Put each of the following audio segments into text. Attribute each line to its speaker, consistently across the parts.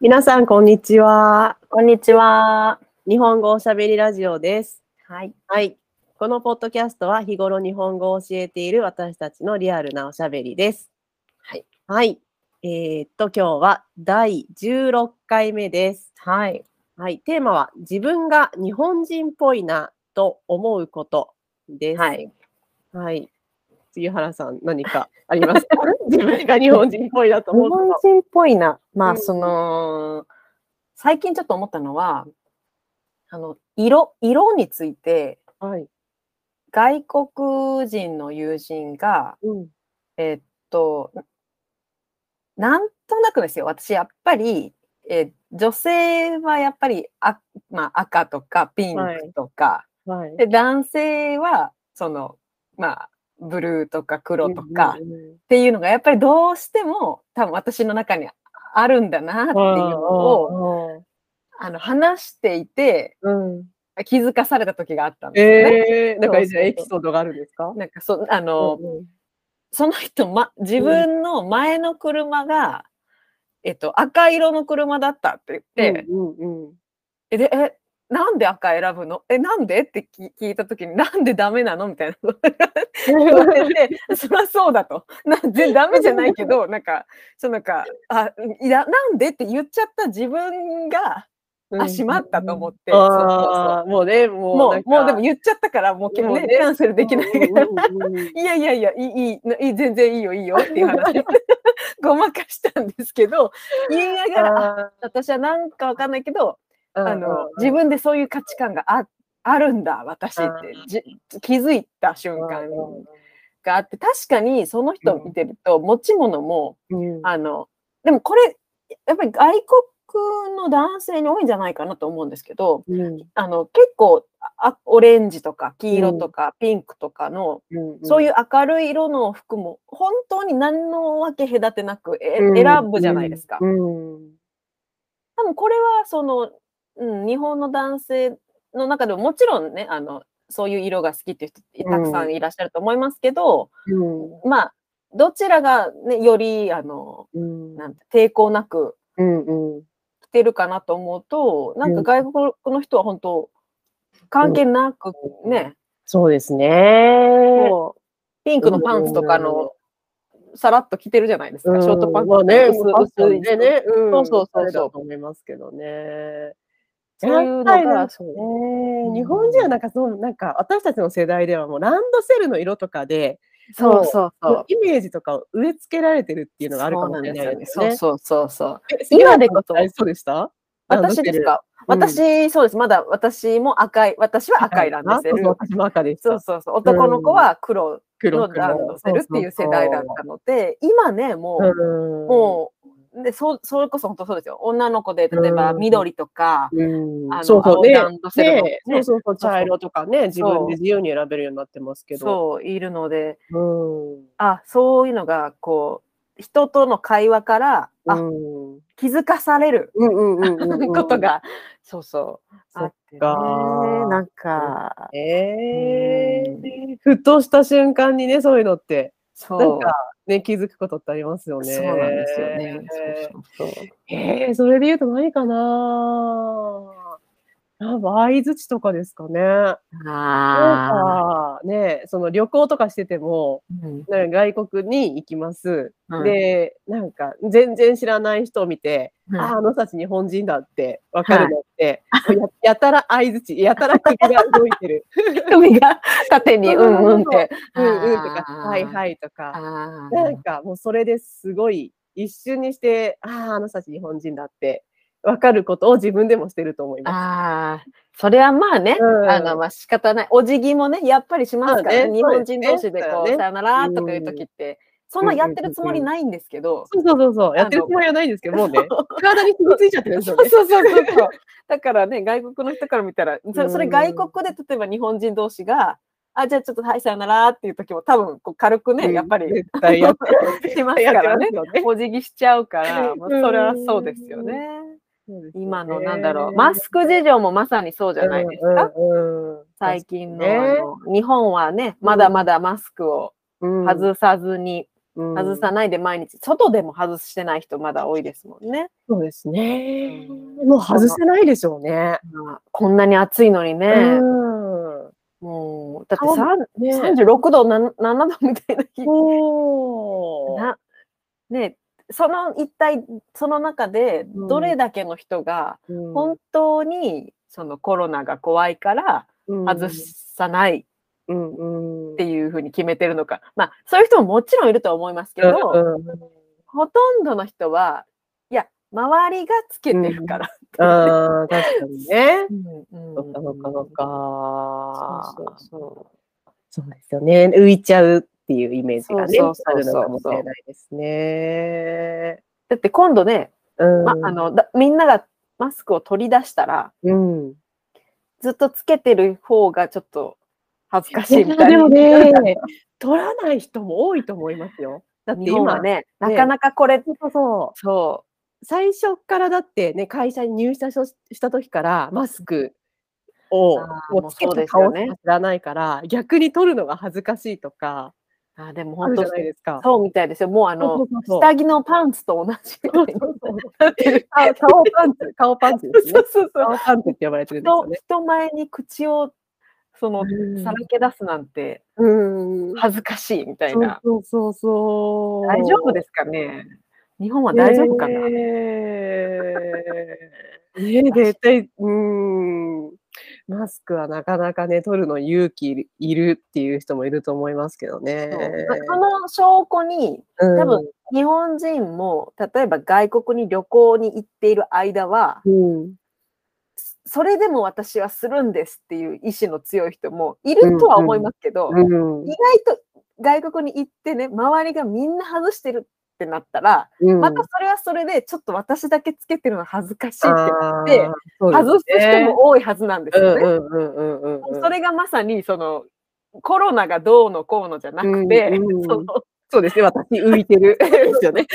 Speaker 1: 皆さん、こんにちは。
Speaker 2: こんにちは。
Speaker 1: 日本語おしゃべりラジオです。
Speaker 2: はい。
Speaker 1: はい。このポッドキャストは日頃日本語を教えている私たちのリアルなおしゃべりです。
Speaker 2: はい。
Speaker 1: はい。えーっと、今日は第16回目です。
Speaker 2: はい。
Speaker 1: はい。テーマは、自分が日本人っぽいなと思うことです。
Speaker 2: は。い。
Speaker 1: はい。杉原さん、何かあります か自分が日本人っぽいなと
Speaker 2: 日
Speaker 1: 思う
Speaker 2: 本
Speaker 1: こと。
Speaker 2: 人っぽいな。ま
Speaker 1: う
Speaker 2: あ、
Speaker 1: ん
Speaker 2: その、最近ちょっと思ったのは、あの、色、色について、
Speaker 1: はい。
Speaker 2: 外国人の友人が、
Speaker 1: うん。
Speaker 2: えっと、なんとなくですよ。私、やっぱり、え女性はやっぱりあ、まあ、赤とかピンクとか、
Speaker 1: はい。
Speaker 2: で男性はそのまあブルーとか黒とか
Speaker 1: うんうんうん
Speaker 2: っていうのがやっぱりどうしても多分私の中にあるんだなっていうのを
Speaker 1: を。
Speaker 2: あの話していて
Speaker 1: うん。
Speaker 2: 気づかされた時があったんですよね。
Speaker 1: えー、なん
Speaker 2: そ
Speaker 1: か
Speaker 2: う
Speaker 1: じゃあ
Speaker 2: そう
Speaker 1: エピソードがあるんですか
Speaker 2: なんかそあの、
Speaker 1: うん
Speaker 2: その人、ま、自分の前の車が、えっと、赤色の車だったって言って、
Speaker 1: うん うんうん
Speaker 2: えでえなんで赤選ぶのえなんでって聞聞いた時になんでダメなのみたいな ことが言われてそりゃそうだとなんでダメじゃないけどなんかそのなんかあいやなんでって言っちゃった自分が
Speaker 1: うん
Speaker 2: あしまったと思って、そうそうそう
Speaker 1: あーもうね、もう
Speaker 2: も
Speaker 1: なん
Speaker 2: う
Speaker 1: か
Speaker 2: もうでも言っちゃったからもうけ
Speaker 1: もう
Speaker 2: ね
Speaker 1: ね
Speaker 2: キャンセルできないから、
Speaker 1: うんうんうん うん
Speaker 2: いやいやいやいいいいいい全然いいよいいよっていう話を ごまかしたんですけど言いながらあ
Speaker 1: あ
Speaker 2: 私はなんかわかんないけど
Speaker 1: ー
Speaker 2: あ
Speaker 1: うんうん
Speaker 2: の
Speaker 1: うん
Speaker 2: 自分でそういう価値観がああるんだ私っ
Speaker 1: あ
Speaker 2: てじ気づいた瞬間があって確かにその人を見てると持ち物も
Speaker 1: うん
Speaker 2: あのでもこれやっぱり外国の男性に多いんじゃないかなと思うんですけど
Speaker 1: うん
Speaker 2: あの結構あオレンジとか黄色とかピンクとかの、
Speaker 1: うん
Speaker 2: そう
Speaker 1: う
Speaker 2: いう明るい色の服も本当に何のわけ隔てなくえ
Speaker 1: ん
Speaker 2: 選ぶじゃないですか。
Speaker 1: うんうん
Speaker 2: 多分これはその、うん、日本の男性の中でももちろんねあのそういう色が好きっていう人たくさんいらっしゃると思いますけど、
Speaker 1: うん
Speaker 2: まあどちらが、ね、よりあの
Speaker 1: うん
Speaker 2: なんて抵抗なく
Speaker 1: うんうん
Speaker 2: 着てるかなと思うとなん
Speaker 1: うん
Speaker 2: か外国の人は本当関係なくね、
Speaker 1: そうですね。
Speaker 2: こうピンクのパンツとかのさらっと着てるじゃないですか、
Speaker 1: うん
Speaker 2: ショートパンツ
Speaker 1: まあ
Speaker 2: とか
Speaker 1: ね、
Speaker 2: 薄
Speaker 1: 薄薄いでね。うん
Speaker 2: そうそうそうそう
Speaker 1: れだと思いますけどね。
Speaker 2: そういう
Speaker 1: やっ
Speaker 2: の
Speaker 1: ぱりなん
Speaker 2: が
Speaker 1: か
Speaker 2: そう
Speaker 1: ね
Speaker 2: うん
Speaker 1: 日本人はなんかそうなんか私たちの世代ではもうランドセルの色とかで
Speaker 2: そうそうそ
Speaker 1: もう
Speaker 2: う。
Speaker 1: イメージとかを植え付けられてるっていうのがあるかもしれないです
Speaker 2: そうなん
Speaker 1: ね
Speaker 2: で。すよねそうそうそう
Speaker 1: え杉原さん
Speaker 2: 今でこそ
Speaker 1: あれそうでした
Speaker 2: 私ですか、
Speaker 1: ランドセ
Speaker 2: 私、そうです。まだ私も赤い、私は赤いランドセ
Speaker 1: そう
Speaker 2: ル。
Speaker 1: そう私も赤でした。
Speaker 2: そうそうそう。男の子は黒
Speaker 1: 黒
Speaker 2: の
Speaker 1: く
Speaker 2: ランドセルっていう世代だったので、今ね、もう、
Speaker 1: うん
Speaker 2: もう、で、そう、それこそ本当そうですよ。女の子で、例えば
Speaker 1: うん
Speaker 2: 緑とか、
Speaker 1: うん
Speaker 2: あの
Speaker 1: そうそう
Speaker 2: 青
Speaker 1: ね
Speaker 2: ランドセルの
Speaker 1: ね
Speaker 2: ね
Speaker 1: そうそうそう茶色とかね自
Speaker 2: そう
Speaker 1: 分で自由に選べるようになってますけど。
Speaker 2: そう、いるので、
Speaker 1: うん
Speaker 2: あ、そういうのが、こう、人との会話から、
Speaker 1: う
Speaker 2: あ、
Speaker 1: ん
Speaker 2: 気づかされる
Speaker 1: うんうんうんうん うん
Speaker 2: ことが、そうそう、
Speaker 1: そ
Speaker 2: あ
Speaker 1: っ
Speaker 2: ってね。
Speaker 1: か
Speaker 2: なんか、
Speaker 1: ええふとした瞬間にねそういうのってな
Speaker 2: そ
Speaker 1: ん
Speaker 2: う。
Speaker 1: かね気づくことってありますよね。
Speaker 2: そうなんですよね。そうそうそう
Speaker 1: えー、それで言うと何かなやっぱ相づちとかですかね。なん
Speaker 2: ああ、
Speaker 1: かねその旅行とかしてても
Speaker 2: うん
Speaker 1: なんか外国に行きます。
Speaker 2: うん
Speaker 1: でなんか全然知らない人を見てああの人たち日本人だって分かるのって、もうややたら相づちやたら首が動いてる
Speaker 2: 首が縦にうんうんって、
Speaker 1: うんうんとか
Speaker 2: あー
Speaker 1: はいはいとか
Speaker 2: あー
Speaker 1: なんかもうそれですごい一瞬にしてあああの人たち日本人だって分かることを自分でもしてると思います。
Speaker 2: あー、それはまあね、
Speaker 1: うん
Speaker 2: あのまあ仕方ない、お辞儀もね、やっぱりします
Speaker 1: ま
Speaker 2: から、
Speaker 1: あね
Speaker 2: 日本人同士で
Speaker 1: そう
Speaker 2: こう、
Speaker 1: ですね
Speaker 2: さよならとかいう時って、そんなやってるつもりないんですけど、
Speaker 1: そうそうそうそうやってるつもりはないんですけどもうね体に傷ついちゃってるんですよ
Speaker 2: そう
Speaker 1: ね。
Speaker 2: そうそうそうそう。だからね、外国の人から見たら、
Speaker 1: う
Speaker 2: そ
Speaker 1: ん
Speaker 2: それ外国で例えば日本人同士が、あ、じゃあちょっとはい、さよならっていう時も多分こう軽くね、やっぱり
Speaker 1: うん絶対やって
Speaker 2: しますからね
Speaker 1: やってますよ
Speaker 2: お辞儀しちゃうから、まあ、
Speaker 1: うん
Speaker 2: それはそうですよね。
Speaker 1: そうですよね
Speaker 2: 今のなんだろう、マスク事情もまさにそうじゃないですか。
Speaker 1: うんうん
Speaker 2: 最近の,、
Speaker 1: ね
Speaker 2: あの日本はね、まだまだマスクを
Speaker 1: うん
Speaker 2: 外さずに
Speaker 1: うん
Speaker 2: 外さないで毎日、外でも外してない人まだ多いですもんね。
Speaker 1: そうですね
Speaker 2: う。ん
Speaker 1: もう外せないでしょうね。
Speaker 2: まあこんなに暑いのにね、
Speaker 1: うん。
Speaker 2: もうだって
Speaker 1: 顔
Speaker 2: さん
Speaker 1: ね。
Speaker 2: 36度な7度みたいな日
Speaker 1: おー
Speaker 2: なねその一体その中で
Speaker 1: うん
Speaker 2: どれだけの人が
Speaker 1: うん
Speaker 2: 本当にそのコロナが怖いから
Speaker 1: うん
Speaker 2: 外さないっ
Speaker 1: うんうん
Speaker 2: ていうふうに決めてるのか、まあそういう人ももちろんいるとは思いますけど、
Speaker 1: うん
Speaker 2: ほとんどの人はいや周りがつけてるから、
Speaker 1: あー確かにね。
Speaker 2: うん
Speaker 1: そっかそっかそっか。
Speaker 2: そうそうそう
Speaker 1: そうですよね。浮いちゃうっていうイメージがね、
Speaker 2: そうそう
Speaker 1: あ
Speaker 2: そう
Speaker 1: る
Speaker 2: そう
Speaker 1: のかもしれないですね。
Speaker 2: だって今度ね、
Speaker 1: うん。
Speaker 2: ま、あのだみんながマスクを取り出したら
Speaker 1: うん。
Speaker 2: ずっとつけてる方がちょっと恥ずかしいみたいな。
Speaker 1: でもね、 取らない人も多いと思いますよ。だって
Speaker 2: 日本
Speaker 1: 今
Speaker 2: はね、
Speaker 1: ね
Speaker 2: なかなかこれ、
Speaker 1: そうそう。
Speaker 2: そ
Speaker 1: 最初からだってね、会社に入社しした時からマスク
Speaker 2: う。
Speaker 1: を
Speaker 2: あー
Speaker 1: も
Speaker 2: も
Speaker 1: う
Speaker 2: う
Speaker 1: つけ
Speaker 2: そう
Speaker 1: た
Speaker 2: ですよ
Speaker 1: 顔し
Speaker 2: ね
Speaker 1: か。知らないから、逆に取るのが恥ずかしいとか、
Speaker 2: あーでも
Speaker 1: あ
Speaker 2: 本
Speaker 1: るじゃ
Speaker 2: 当
Speaker 1: ないですか。
Speaker 2: そうみたいですよ。もうあ
Speaker 1: そう
Speaker 2: の、
Speaker 1: そうそう
Speaker 2: 下着のパンツと同じみた
Speaker 1: そう
Speaker 2: いに
Speaker 1: そうそう
Speaker 2: なってる。
Speaker 1: 顔顔パ ンツ、顔パンツですね
Speaker 2: そう。そうそ う。
Speaker 1: 顔パンツって呼ばれてるんですよ
Speaker 2: 人
Speaker 1: ね。
Speaker 2: 人前に口をそのさらけ出すなんて
Speaker 1: うん
Speaker 2: 恥ずかしいみたい
Speaker 1: そう
Speaker 2: な。
Speaker 1: そうそうそう。
Speaker 2: 大丈夫ですかね日本は大丈夫かな、
Speaker 1: ねえ ねえ絶対、うん、マスクはなかなかね、取るの勇気いるいるっていう人もいると思いますけどね。
Speaker 2: そうまその証拠に
Speaker 1: うん
Speaker 2: 多分、日本人も例えば外国に旅行に行っている間は
Speaker 1: うん
Speaker 2: それでも私はするんですっていう意志の強い人もいるとは思いますけど、
Speaker 1: うん
Speaker 2: 意外と外国に行ってね周りがみんな外してるってなったら、
Speaker 1: うん
Speaker 2: またそれはそれでちょっと私だけつけてるの恥ずかしいって
Speaker 1: あー
Speaker 2: て
Speaker 1: そうですね
Speaker 2: 外す人も多いはずなんです
Speaker 1: うん
Speaker 2: よね。
Speaker 1: うんうんうんうんうん
Speaker 2: それがまさにそのコロナがどうのこうのじゃなく
Speaker 1: う
Speaker 2: て、
Speaker 1: んうん
Speaker 2: その
Speaker 1: そうですね、私浮いて るですよね。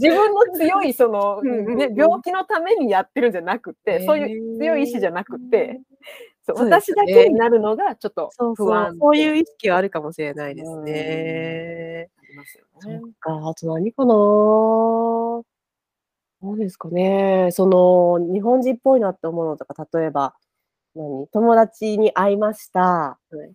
Speaker 2: 自分の強いその、
Speaker 1: うんうんうん
Speaker 2: ね、病気のためにやってるんじゃなくて、そういう
Speaker 1: う
Speaker 2: 強い意志じゃなくて、そう
Speaker 1: そうです
Speaker 2: 私
Speaker 1: よ
Speaker 2: だ
Speaker 1: ね
Speaker 2: けになるのがちょっと
Speaker 1: そうそ
Speaker 2: 不安
Speaker 1: う、そういう意識はあるかもしれないですね。
Speaker 2: ありますよ
Speaker 1: そっ
Speaker 2: ね。
Speaker 1: か、あと何かなどうですかね。その、日本人っぽいなって思うのとか、例えば、何友達に会いました。
Speaker 2: はい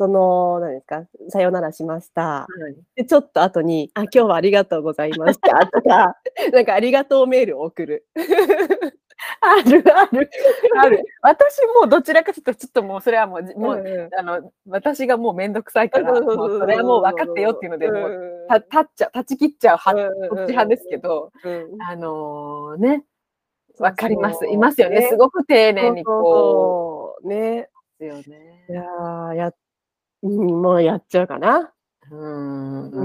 Speaker 1: その、何ですかさよならしました。
Speaker 2: はい
Speaker 1: で、ちょっと後に、あ、今日はありがとうございました。とか、 なんかありがとうメールを送る。
Speaker 2: あるある ある。私もどちらかというとちょっともうそれはもうじもう、
Speaker 1: う
Speaker 2: あの私がもうめんどくさいからもうそれはもう分かってよっていうので、もうた立っちゃ立ち切っちゃう派、こっち派ですけど、
Speaker 1: うん
Speaker 2: あのーね
Speaker 1: そう
Speaker 2: わかります
Speaker 1: そう
Speaker 2: いますよね
Speaker 1: ね
Speaker 2: すごく丁寧にこ
Speaker 1: そうそうそうね。
Speaker 2: うですよね
Speaker 1: いやーや、うん、もうやっちゃうかな。
Speaker 2: うー
Speaker 1: う
Speaker 2: んう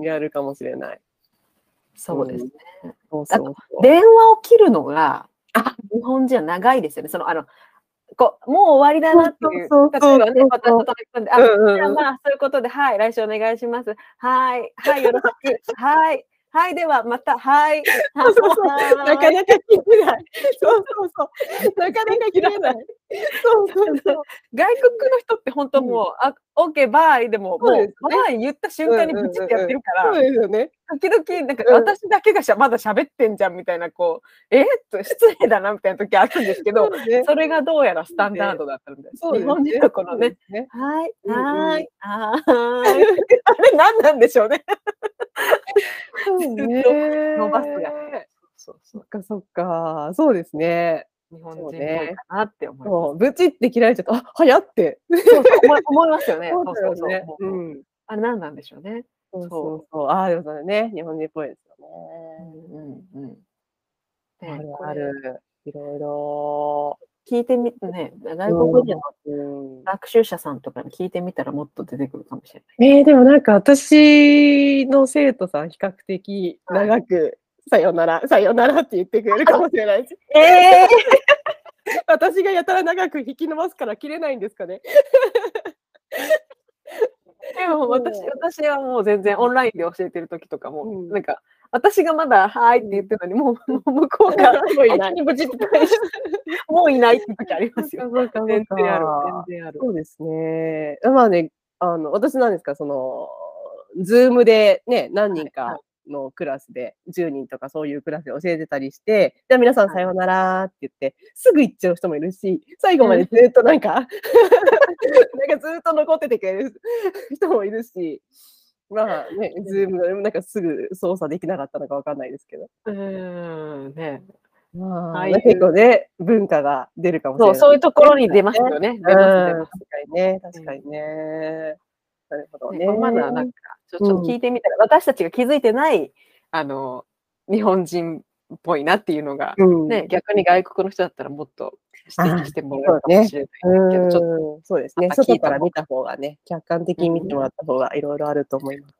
Speaker 1: ん、やるかもしれない。
Speaker 2: そうですね
Speaker 1: そう
Speaker 2: あ
Speaker 1: そう
Speaker 2: と
Speaker 1: そう。
Speaker 2: 電話を切るのが
Speaker 1: あ
Speaker 2: 日本人は長いですよねそのあのこうもう終わりだなっていう
Speaker 1: そうそうそう
Speaker 2: 例えばね
Speaker 1: そう
Speaker 2: 私と飛び込んであ
Speaker 1: うんうん
Speaker 2: じゃあまあそういうことではい来週お願いしますはいはいよろしくはいはいではまたはい
Speaker 1: そうそうそう
Speaker 2: は
Speaker 1: なか
Speaker 2: い
Speaker 1: なか切れない。 そうそうそう。なかなか切れない。そうそうそう。
Speaker 2: 外国の人って本当もう、あオッケーバイでももう
Speaker 1: そうですね
Speaker 2: バイ言った瞬間にブチってやってるから、
Speaker 1: そうですよね。
Speaker 2: 時々なんか
Speaker 1: うん
Speaker 2: 私だけがしゃまだ喋ってんじゃんみたいなこうえっと失礼だなみたいな時あるんですけど
Speaker 1: うね。
Speaker 2: それがどうやらスタンダードだったんで
Speaker 1: そう
Speaker 2: 日本人のこのね。
Speaker 1: ね。
Speaker 2: はい
Speaker 1: うんうん
Speaker 2: はーいはーい あれ何なんでしょうね
Speaker 1: そうね。
Speaker 2: 伸ばすがそう
Speaker 1: そ
Speaker 2: そ
Speaker 1: っかそっか。そうですね。
Speaker 2: う日本人
Speaker 1: そ
Speaker 2: っ
Speaker 1: う
Speaker 2: ぽい
Speaker 1: ね
Speaker 2: かなって思います
Speaker 1: そうブチって切られちゃった。あ、はやって。
Speaker 2: そうそう思い思いますよね
Speaker 1: そ
Speaker 2: そうう
Speaker 1: だ
Speaker 2: そ
Speaker 1: よ
Speaker 2: うそう
Speaker 1: ね。
Speaker 2: もう
Speaker 1: うん。
Speaker 2: あれ何なんでしょうね
Speaker 1: そうそうそう。ああ、でもそれね、日本人っぽいですよね。
Speaker 2: うんうんうん
Speaker 1: ある
Speaker 2: ねこ
Speaker 1: あ
Speaker 2: れ
Speaker 1: る。いろいろ。
Speaker 2: 聞いてみね外国人の
Speaker 1: うん
Speaker 2: 学習者さんとかに聞いてみたらもっと出てくるかもしれない
Speaker 1: えーでもなんか私の生徒さん比較的長く「さよならさよなら」って言ってくれるかもしれない し
Speaker 2: ええ
Speaker 1: 私がやたら長く引き伸ばすから切れないんですか ね。
Speaker 2: でも私
Speaker 1: うん
Speaker 2: 私はもう全然オンラインで教えてる時とかも、
Speaker 1: うん
Speaker 2: なんか私がまだ「はーい」って言ってるのにもう もう向こうが
Speaker 1: もう いない
Speaker 2: 先にブチって返してもういないって時ありますよ。
Speaker 1: そうかそうか
Speaker 2: 全然ある全然ある。
Speaker 1: そうですね。まあねあの私なんですかそのズームでね、何人
Speaker 2: はいは
Speaker 1: かのクラスで、10人とかそういうクラスで教えてたりして、じゃあ皆さん
Speaker 2: はい
Speaker 1: さようならって言って、すぐ行っちゃう人もいるし、最後までずっとなんか、 なんかずっと残っててくれる 人もいるし、まあね、ズームの、なんかすぐ操作できなかったのかわかんないですけど、
Speaker 2: うーんね
Speaker 1: まあ、
Speaker 2: ああいう
Speaker 1: 結構ね、文化が出るかもしれ
Speaker 2: そ
Speaker 1: な
Speaker 2: う
Speaker 1: い。
Speaker 2: そういうところに出ますよね。出ます出
Speaker 1: うん
Speaker 2: ま
Speaker 1: 確かにね、確かにね。なるほど
Speaker 2: す、
Speaker 1: ね。
Speaker 2: ね。まだなんかちょちょっ
Speaker 1: うん
Speaker 2: と聞いてみたら、私たちが気づいてないあの日本人っぽいなっていうのが、
Speaker 1: うん、
Speaker 2: ね逆に外国の人だったらもっと指摘してもらえるかもしれないけど、ちょっと
Speaker 1: うん、そうですね。
Speaker 2: また聞
Speaker 1: 外
Speaker 2: いた
Speaker 1: から
Speaker 2: 方
Speaker 1: 見た方がね、客観的に見てもらった方がいろいろあると思います。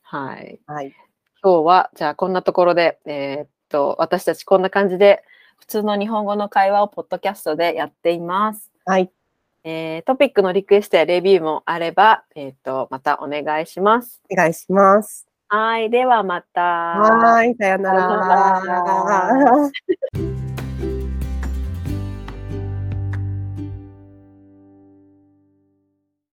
Speaker 2: はい。
Speaker 1: はい。
Speaker 2: 今日はじゃあこんなところで、えーっと私たちこんな感じで普通の日本語の会話をポッドキャストでやっています。
Speaker 1: はい。
Speaker 2: えートピックのリクエストやレビューもあれば、えーっとまたお願いします。
Speaker 1: お願いします。
Speaker 2: はい、ではまた。
Speaker 1: はーい。さよな
Speaker 2: さよな
Speaker 1: ら。